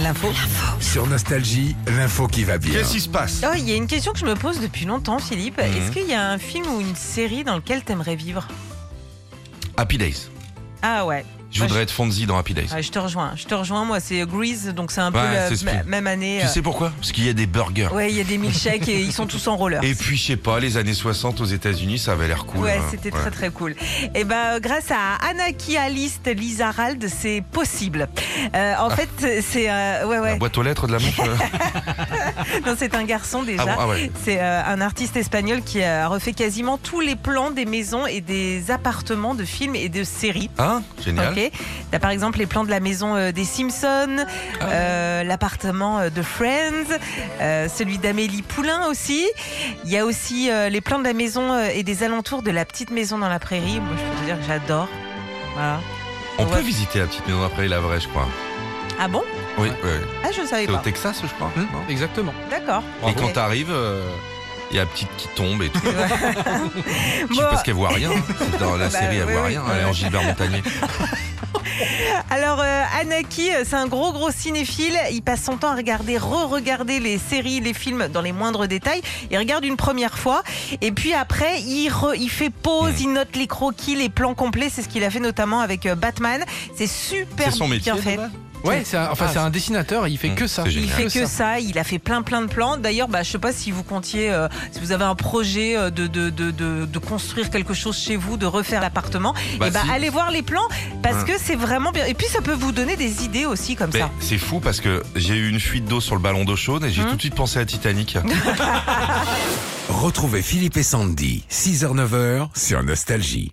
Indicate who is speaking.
Speaker 1: L'info.
Speaker 2: Sur Nostalgie, l'info qui va bien.
Speaker 3: Qu'est-ce qui se passe
Speaker 1: Oh, il y a une question que je me pose depuis longtemps, Philippe.
Speaker 3: Mhm.
Speaker 1: Est-ce qu'il y a un film ou une série dans lequel t'aimerais vivre
Speaker 3: Happy Days.
Speaker 1: Ah ouais.
Speaker 3: Je
Speaker 1: Moi,
Speaker 3: voudrais être Fonzie dans Happy Days.
Speaker 1: Ah, je te rejoins. Je te rejoins. Moi, c'est Grease, donc c'est un peu
Speaker 3: Ouais,
Speaker 1: la
Speaker 3: c'est ce
Speaker 1: m-
Speaker 3: que-
Speaker 1: même année.
Speaker 3: Tu
Speaker 1: euh,
Speaker 3: sais pourquoi Parce qu'il y a des burgers.
Speaker 1: Ouais, il y a des milkshakes et ils sont tous en roller.
Speaker 3: Et puis, je sais pas, les années 60 aux États-Unis, ça avait l'air cool.
Speaker 1: Ouais,
Speaker 3: hein.
Speaker 1: c'était
Speaker 3: Ouais.
Speaker 1: très très cool. Et ben, grâce à Anaki Aliste Lisa Rald, c'est possible. Euh,
Speaker 3: Ah.
Speaker 1: en fait, c'est euh, ouais
Speaker 3: La
Speaker 1: ouais.
Speaker 3: boîte aux lettres de la montre. euh,
Speaker 1: Non, c'est un garçon déjà.
Speaker 3: ah bon, ah ouais.
Speaker 1: C'est euh, un artiste espagnol qui a refait quasiment tous les plans des maisons et des appartements de films et de séries.
Speaker 3: Hein Génial.
Speaker 1: Ok. T'as par exemple les plans de la maison euh, des Simpsons,
Speaker 3: Ah.
Speaker 1: euh, l'appartement euh, de Friends, euh, celui d'Amélie Poulain aussi. Il y a aussi euh, les plans de la maison euh, et des alentours de la petite maison dans la prairie. Moi, je peux te dire que j'adore. Voilà.
Speaker 3: On peut
Speaker 1: Ouais.
Speaker 3: visiter la petite maison après la vraie, je crois.
Speaker 1: Ah bon
Speaker 3: Oui, ouais.
Speaker 1: Ah, je savais
Speaker 3: C'est au
Speaker 1: pas.
Speaker 3: Texas, je crois.
Speaker 4: Hmm,
Speaker 3: non
Speaker 4: Exactement.
Speaker 1: D'accord.
Speaker 3: Et quand t'arrives, euh, il y a la petite qui tombe et tout. Je
Speaker 1: Bon,
Speaker 3: sais parce qu'elle voit rien. hein. Dans la
Speaker 1: Bah,
Speaker 3: série, elle
Speaker 1: oui,
Speaker 3: voit
Speaker 1: oui.
Speaker 3: rien. Elle est en Gilbert Montagnier.
Speaker 1: Alors, euh, Anaki, euh, c'est un gros, gros cinéphile. Il passe son temps à regarder, re-regarder les séries, les films dans les moindres détails. Il regarde une première fois. Et puis après, il, re- il fait pause,
Speaker 3: Mm.
Speaker 1: il note les croquis, les plans complets. C'est ce qu'il a fait notamment avec euh, Batman. C'est super
Speaker 3: C'est son métier.
Speaker 1: bien fait.
Speaker 3: de base
Speaker 4: Ouais, c'est un, enfin, c'est un dessinateur, il fait
Speaker 3: Hmm,
Speaker 4: que ça.
Speaker 3: c'est
Speaker 1: Il
Speaker 3: génial.
Speaker 1: fait que ça, il a fait plein plein de plans. D'ailleurs, bah, je sais pas si vous comptiez, euh, si vous avez un projet euh, de, de, de, de, de construire quelque chose chez vous, de refaire l'appartement,
Speaker 3: Bah,
Speaker 1: et bah,
Speaker 3: si.
Speaker 1: allez voir les plans parce
Speaker 3: Ouais.
Speaker 1: que c'est vraiment bien. Et puis ça peut vous donner des idées aussi comme
Speaker 3: Mais
Speaker 1: ça.
Speaker 3: c'est fou parce que j'ai eu une fuite d'eau sur le ballon d'eau chaude et j'ai
Speaker 1: Hmm.
Speaker 3: tout de suite pensé à Titanic.
Speaker 2: Retrouvez Philippe et Sandy, 6h-9h sur Nostalgie.